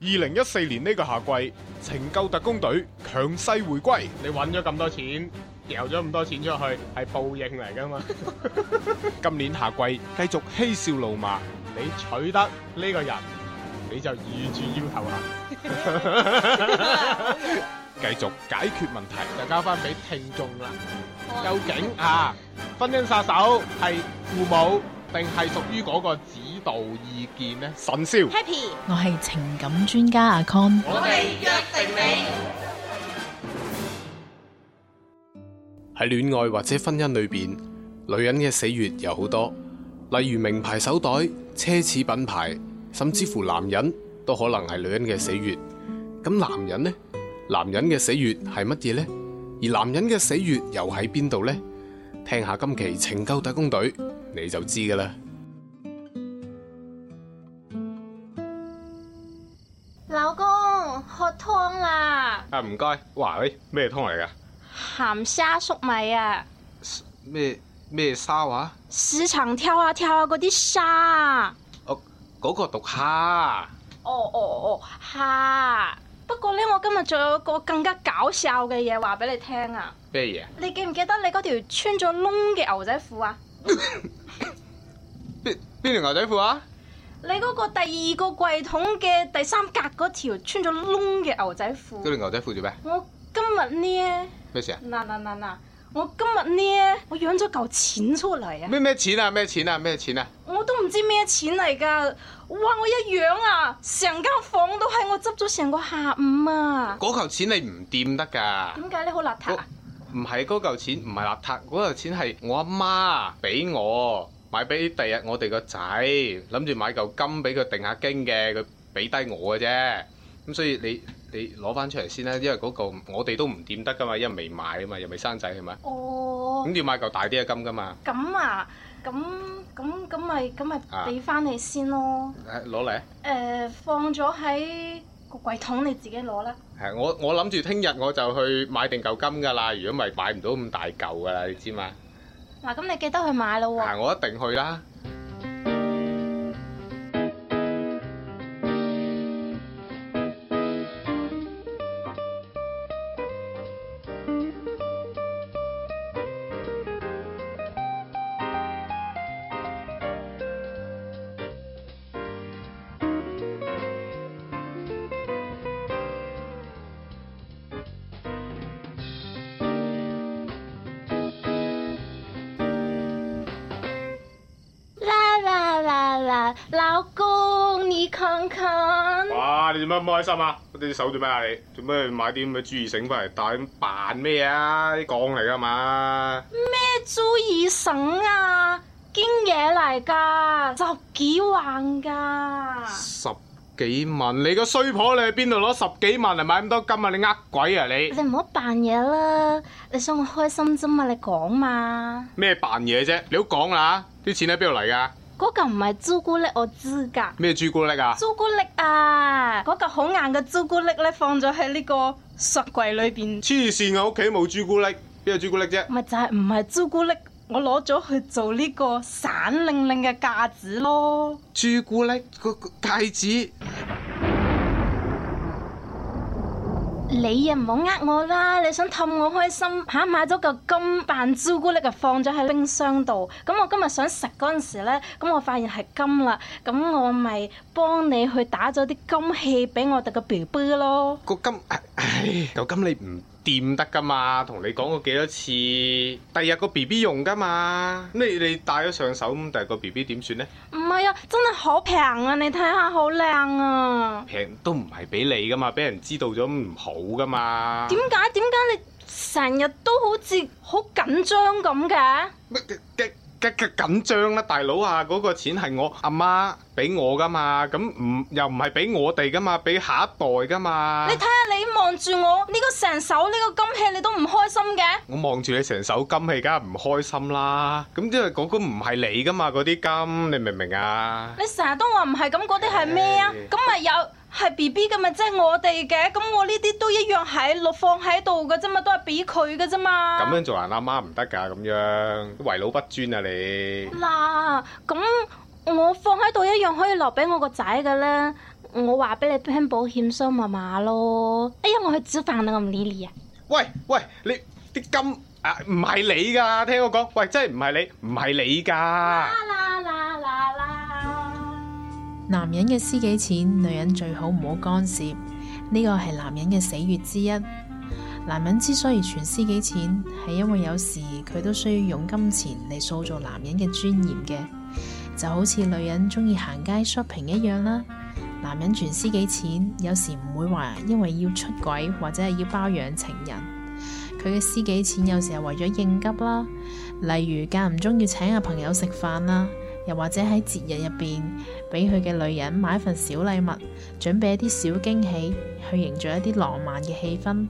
二零一四年呢個夏季，情救特工隊強勢 回歸。你揾咗咁多錢，掉咗咁多錢出去，係報應嚟 噶嘛？今年夏季繼續嬉笑怒罵，你取得呢個人，你就預住要投降， 繼續解決問題。就交翻俾聽眾啦。哦究竟啊，婚姻殺手係父母定係屬於嗰個指導意見呢？神霄 Happy，我係情感專家阿 Con。我哋約喺戀定你。愛或者婚姻裏邊，女人嘅死穴有好多，例如名牌手袋、奢侈品牌，甚至乎男人都可能係女人嘅死穴。咁男人呢？男人嘅死穴係乜嘢呢？而男人嘅死穴又喺邊度呢？聽下今期情救特工隊，你就知㗎啦。老公，喝湯啦，啊，唔該。哇，喂，咩湯嚟㗎？鹹蝦粟米啊，咩咩沙話？市場跳下跳下嗰啲沙啊，哦，嗰個讀蝦。哦哦哦，蝦。不過呢，我今日仲有個更加搞笑嘅嘢話俾你聽啊！咩嘢？你記唔記得你嗰條穿咗窿嘅牛仔褲啊？邊邊條牛仔褲啊？你嗰個第二個櫃桶嘅第三格嗰條穿咗窿嘅牛仔嗰褲，條牛仔褲做咩？我今日呢？咩事啊？嗱嗱嗱嗱，我今日呢？我養咗嚿錢出嚟啊！咩咩錢啊？咩錢啊？咩錢啊？我都唔知咩錢嚟㗎，哇！我一樣啊，成間房都係我執咗成個下午啊！嗰嚿錢你唔掂得㗎。點解你好邋遢啊？唔係嗰嚿錢，唔係邋遢，嗰嚿錢係我阿媽俾我買俾第日我哋個仔，諗住買嚿金俾佢定下經嘅，佢俾低我嘅啫。咁所以你你攞翻出嚟先啦，因為嗰嚿我哋都唔掂得噶嘛，因為未買啊嘛，又未生仔係咪？哦，咁要買嚿大啲嘅金噶嘛，咁啊，咁咁咁咪咁咪啊俾翻你先咯。誒攞嚟啊。誒、放咗喺個櫃桶，你自己攞啦。係我我諗住聽日我就去買定嚿金㗎啦，如果唔係買唔到咁大嚿㗎啦，你知嘛？嗱，咁你記得去買咯喎、係我一定去啦。啦啦啦啦，老公你看看，哇！你做乜咁開心啊？你隻手做咩啊？你做咩買啲咁嘅豬耳繩翻嚟戴咁扮咩啊？啲鋼嚟噶嘛？咩珠耳繩啊，堅嘢嚟㗎，十幾萬㗎。十幾萬？你個衰婆你喺邊度攞十幾萬嚟買咁多金啊？你呃鬼啊你？你唔好扮嘢啦，你想我開心啫嘛，你講嘛。咩扮嘢啫？你都講啦，啲錢喺邊度嚟㗎？嗰嚿唔係朱古力，我知㗎。咩朱古力啊？朱古力啊，嗰嚿好硬嘅朱古力咧，放咗喺呢個雪櫃裏邊，黐線啊！屋企冇朱古力，邊有朱古力啫？咪就係唔係朱古力，我攞咗去做呢個散令令嘅架子咯。朱古力個個戒指你啊，唔好呃我啦！你想氹我開心嚇、買咗嚿金扮朱古力啊，放咗喺冰箱度。咁我今日想食嗰陣時咧，咁我發現係金啦，咁我咪幫你去打咗啲金器俾我哋個 B B 咯。個金，唉唉，嚿金你唔掂得噶嘛？同你講過幾多次，第日個 B B 用噶嘛？咁你你戴咗上手咁，第日個 B B 點算呢？唔係啊，真係好平啊！你睇下好靚啊！平都唔係俾你噶嘛，俾人知道咗唔好噶嘛。點解點解你成日都好似好緊張咁嘅？乜嘅嘅嘅緊張啦，大佬啊！嗰、個錢係我阿媽俾我噶嘛，咁唔又唔係俾我哋噶嘛，俾下一代噶嘛你。睇下你望住我呢、個成手呢、個金器，你都唔開心嘅？我望住你成手金氣，梗係唔開心啦。咁因為嗰個唔係你噶嘛，嗰啲金你明唔明啊？你成日都話唔係咁，嗰啲係咩啊唉？咁咪有係 B B 嘅咪即係我哋嘅，咁我呢啲都一樣喺落放喺度嘅啫嘛，都係俾佢嘅啫嘛。啊咁樣做人阿媽唔得㗎，咁樣為老不尊啊你！嗱，咁我放喺度一樣可以留俾我個仔嘅咧，我話俾你聽，保險箱密碼咯。哎呀，我去煮飯啦，我唔理你啊！喂喂，你啲金啊唔係你㗎，聽我講，喂真係唔係你，唔係你㗎。啦啦啦啦！男人嘅私己錢，女人最好唔好干涉，呢個係男人嘅死穴之一。男人之所以存私己錢，係因為有時佢都需要用金錢嚟塑造男人嘅尊嚴嘅，就好似女人中意行街 shopping 一樣啦。男人存私己錢，有時唔會話因為要出軌或者係要包養情人，佢嘅私己錢有時係為咗應急啦，例如間唔中要請下朋友食飯啦，又或者喺節日入邊。俾佢嘅女人買一份小禮物，準備一啲小驚喜，去營造一啲浪漫嘅氣氛。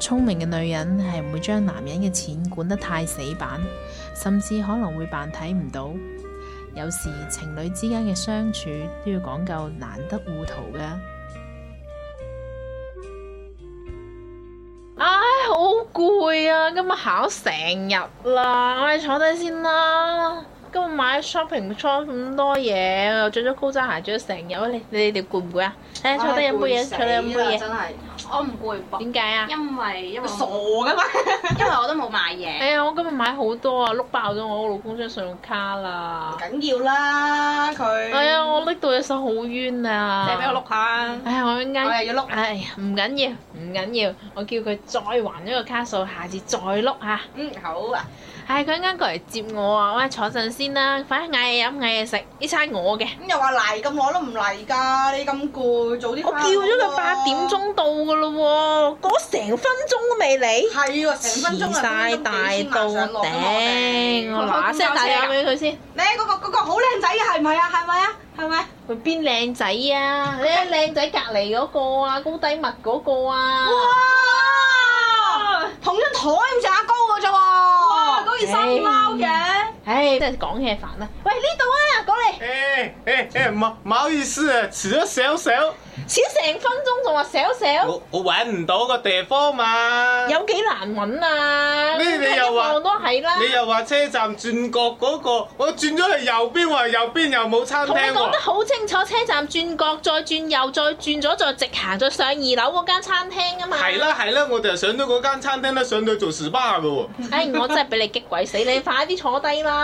聰明嘅女人係唔會將男人嘅錢管得太死板，甚至可能會扮睇唔到。有時情侶之間嘅相處都要講究難得糊塗㗎。唉，好攰啊！今日考成日啦，我哋坐低先啦。今日買 shopping 倉咁多嘢，又着咗高踭鞋，着咗成日。你你哋攰唔攰啊？誒，坐低飲杯嘢，坐低飲杯嘢。真係我唔攰噃，點解啊？因為因為傻噶嘛！因為我都冇買嘢。哎呀，我今日買好多啊，碌爆咗我老公張信用卡啦！緊要啦，佢哎呀，我拎到隻手好冤啊！你俾我碌下，哎呀，我一間我又要碌哎呀，唔緊要，唔緊要，我叫佢再還咗個卡數，下次再碌嚇。嗯好啊，唉，佢一間過嚟接我啊！喂，坐陣先啦，快啲嗌嘢飲，嗌嘢食，呢餐我嘅。咁又話嚟咁耐都唔嚟㗎，你咁攰，早啲我叫啊咗佢八點，鐘到噶咯喎，嗰成分鐘都未嚟。係喎，成分鐘遲啊，晒分分鐘大幾千到萬上落㗎嘛我頂，哋我嗱聲打電話俾佢先。你嗰個嗰個好靚仔嘅係咪啊？係咪啊？係咪？佢邊靚仔 啊？你睇靚仔隔離嗰個啊，高低襪嗰個啊！哇！同張台咁上下高嘅啫喎！哇！嗰件衫貓嘅唉，真係講嘢煩啦。喂，呢度啊，過嚟，哎哎哎，唔唔好意思啊，遲咗少少，少成分鐘仲話少少，我我揾唔到個地方嘛。有幾難揾啊？呢你又話睇一望都係啦。你又話車站轉角嗰、個，我轉咗去右邊喎，右邊又冇餐同你廳講得喎。好清楚，車站轉角，再轉右，再轉左，再直行，再上二樓嗰間餐廳啊嘛。係啦係啦，我哋又上到嗰間餐廳咧，上到做 SPA 嘅喎。 唉，我真係俾你激鬼死，你快啲坐低啦！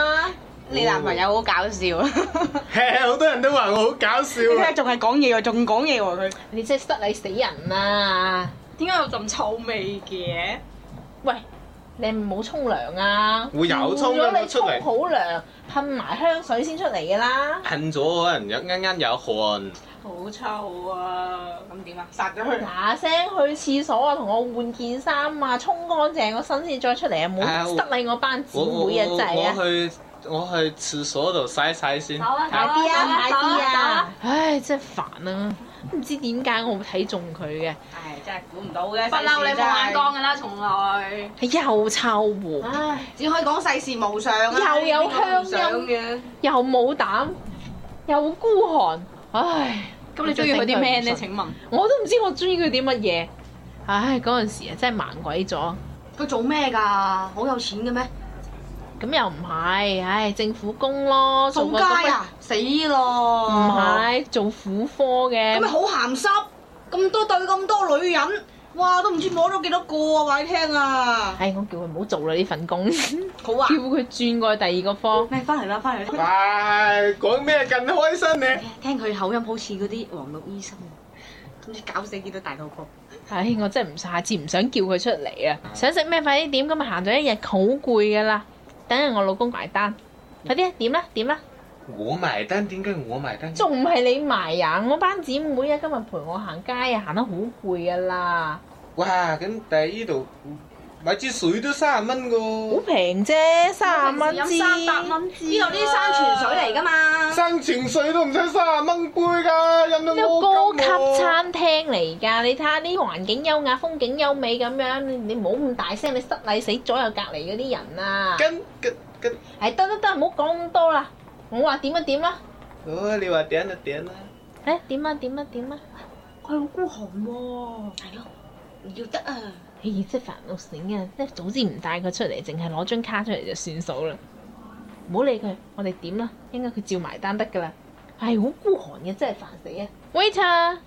你男朋友好搞 笑啊！好多人都話我好搞笑你睇啊下！仲係講嘢喎，仲講嘢喎佢。你真係失禮死人啊！點解有陣臭味嘅？喂，你唔好沖涼啊！會有沖㗎換咗你出嚟沖好涼，噴埋香水先出嚟㗎啦。噴咗可能有啱啱有汗，好臭啊！咁點啊？殺咗佢！嗱聲去廁所啊，同我換件衫啊，沖乾淨個身先再出嚟啊！唔啊好我失禮我班姊我我妹啊，我真係啊！我去我去廁所度洗一洗先。快啲啊，快啲啊！唉，真係煩啊！唔知點解我會睇中佢嘅，唉，真係估唔到嘅。不嬲你冇眼光 à? 㗎啦，從來係又臭狐，啊只可以講世事無常啊！又有鄉音，嘅。又冇膽，又孤寒，唉！咁你中意佢啲咩我真係頂佢呢？唔順請問我都唔知我中意佢啲乜嘢。唉，嗰陣時啊，真係盲鬼咗。佢做咩㗎？好有錢嘅咩？咁又唔係，唉，政府工咯，掃做個街啊！死咯！咁嘅！唔，係，做婦科嘅咁咪。好鹹濕！咁多對咁多女人，哇！都唔知摸咗幾多個啊！話你聽啊！唉，我叫佢唔好做啦呢份工，叫好啊！佢轉過去第二個科。咩？翻嚟啦，翻嚟啦！喂，講咩咁開心呢？聽佢口音好似嗰啲黃綠醫生，咁你搞死幾多大肚婆？唉，我真係唔下次唔想叫佢出嚟啊！想食咩快啲點，咁啊行咗一日好攰噶啦。等陣我老公埋單，快啲啊點啦點啦，我埋單，點解我埋單？仲唔係你埋啊？我班姊妹啊今日陪我行街啊，行得好攰噶啦，哇！咁但係呢度買支水都三十蚊好喎，平啫，三十蚊支。三百蚊支，呢度呢啲山泉水嚟㗎嘛，生泉水都唔使三十蚊杯㗎，飲到呢個高屙金級喎餐廳嚟㗎，你睇下呢環境優雅、風景優美咁樣，你你唔好咁大聲，你失禮死左右隔離嗰啲人啊！跟跟跟，係得得得，唔好講咁多啦，我話點啊點啦，哦，你話點就點啦。誒點啊點啊點啊，佢好孤寒喎。係咯，要得 à. 啊！唉真係煩到死啊！即係早知唔帶佢出嚟，淨係攞張卡出嚟就算數啦，唔好理佢，我哋點啦，應該佢照埋單得㗎啦。係好孤寒嘅，真係煩死啊！ Waiter，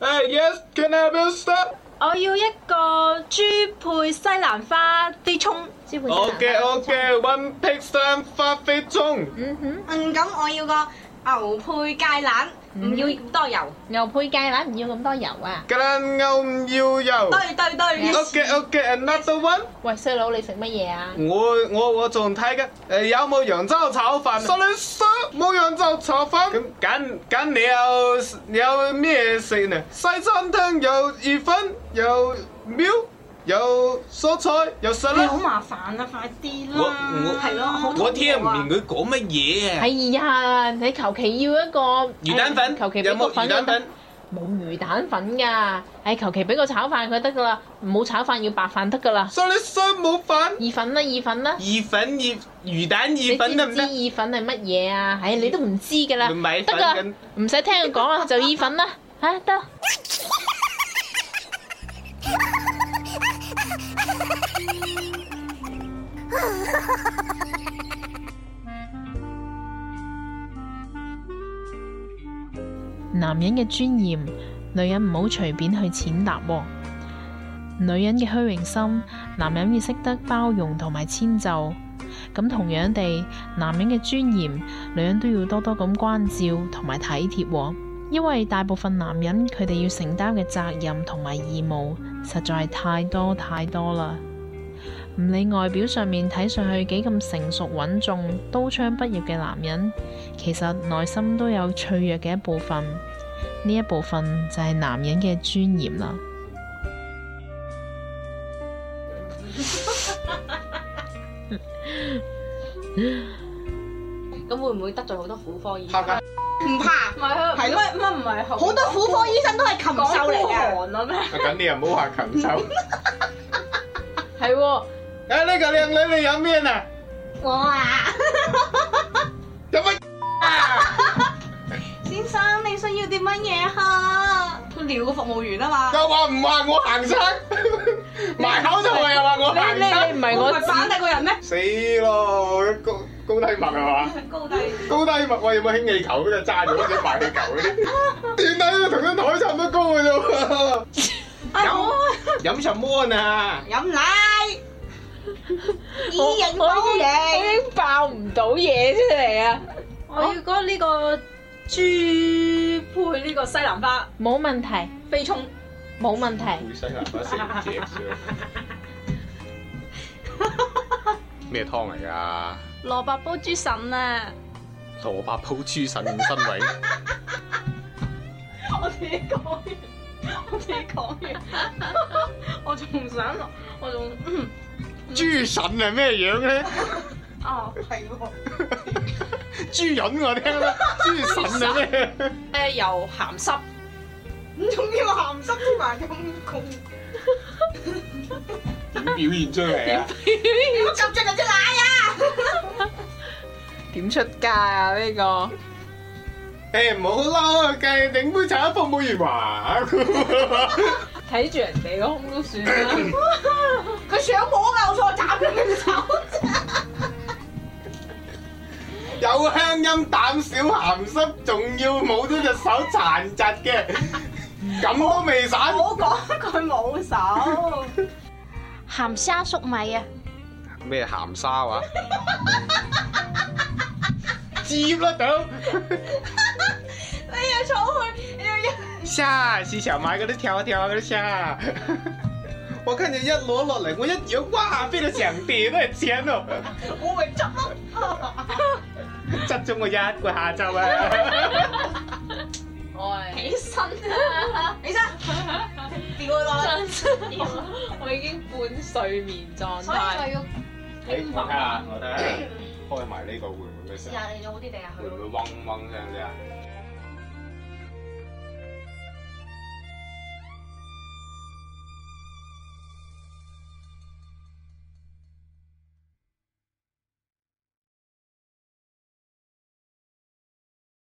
誒，yes，can I have a sir？我要一個豬配西蘭花飛葱，豬配西蘭啊花 OK，OK，one pick 三花飛中。嗯哼，嗯，咁我要個牛配芥蘭，唔要咁多油。牛配芥蘭唔要咁多油啊！格蘭歐唔要油。對對對， OK，OK，another one。喂，衰佬你食乜嘢嗯啊？我我我仲睇緊誒有冇揚州炒飯？Sorry sir，冇揚州炒飯。咁揀揀你有有咩食呢？西餐廳有意粉，有苗，有蔬菜，有沙你律好。麻煩啊，快啲我啦我，係咯，好啊我聽唔明佢講乜嘢啊！係啊，你求其要一個魚蛋哎求粉其俾有個冇魚粉佢蛋得粉？冇魚蛋粉㗎，唉，求其俾個炒飯佢得㗎啦，唔好炒飯要白飯得㗎啦， Sorry sir，冇飯。意粉啦，意粉啦。意粉意魚蛋你意知粉得唔唔知得？意粉係乜嘢啊？唉，你都唔知㗎啦，咪得粉㗎緊，唔使聽佢講啊，就意粉啦，嚇得。男人嘅尊嚴，女人唔好隨便去踐踏喎。女人嘅虛榮心，男人要識得包容同埋遷就。咁同樣地，男人嘅尊嚴，女人都要多多咁關照同埋體貼喎。因為大部分男人佢哋要承擔嘅責任同埋義務，實在係太多太多啦。唔理外表上面睇上去幾咁成熟穩重、刀槍不入嘅男人，其實內心都有脆弱嘅一部分，呢一部分就係男人嘅尊嚴啦。咁會唔會得罪好多婦科醫拍生？緊唔怕，唔係佢係咯乜乜唔係好好多婦科醫生都係禽講獸嚟孤㗎。寒啊咩？緊你又唔好話禽獸。係喎，誒呢個靚女你有咩啊？我啊，有乜？先生你需要啲乜嘢啊？佢撩個服務員啊嘛。又話唔話我 行山，埋口就話又話我行山，唔係我唔係反帝個 人咩？死咯！高高低墨係嘛？高低高低墨喂有冇氫氣球嗰隻揸住嗰隻排氣球嗰 啲？點解同張台差唔多高嘅啫啊飲飲什麼啊？飲奶，以形我補形。已經爆唔到嘢出嚟啊！我要嗰呢個豬配呢個西蘭花冇問題，飛葱，冇問題，喎？西蘭花四隻 咩湯嚟㗎？蘿蔔煲豬腎啊！蘿蔔鋪豬腎身 位，我自己講完，我自己講完，我仲想，我仲嗯豬腎係咩樣咧？啊係喎，豬潤我聽啦，豬腎係咩？誒又鹹濕，唔仲要鹹濕添埋咁窮，點表現出嚟啊？點解咁隻兩隻奶啊？點出街啊？呢個誒唔好啦，繼頂杯茶服務員話。睇住人哋個胸都算啦。佢想摸啊，我錯斬咗佢隻手。有鄉音膽小鹹濕，仲要冇咗隻手殘疾嘅，咁都未散。我講佢冇手，鹹蝦粟米啊！咩鹹沙話？ 接啦到。你又坐佢，你又蝦市場買嗰啲跳啊跳啊嗰啲蝦， 我跟住一攞落嚟，我一搖，哇，飛到成地都係錢咯，我咪執咯。 執咗我一個下晝啊！喂，起 身啊！起身，掉佢落去。我已經半睡眠狀所以態。就要你睇下，我睇下，開埋呢個會唔會咩聲試？下你做好啲定係會唔佢會嗡嗡聲啫？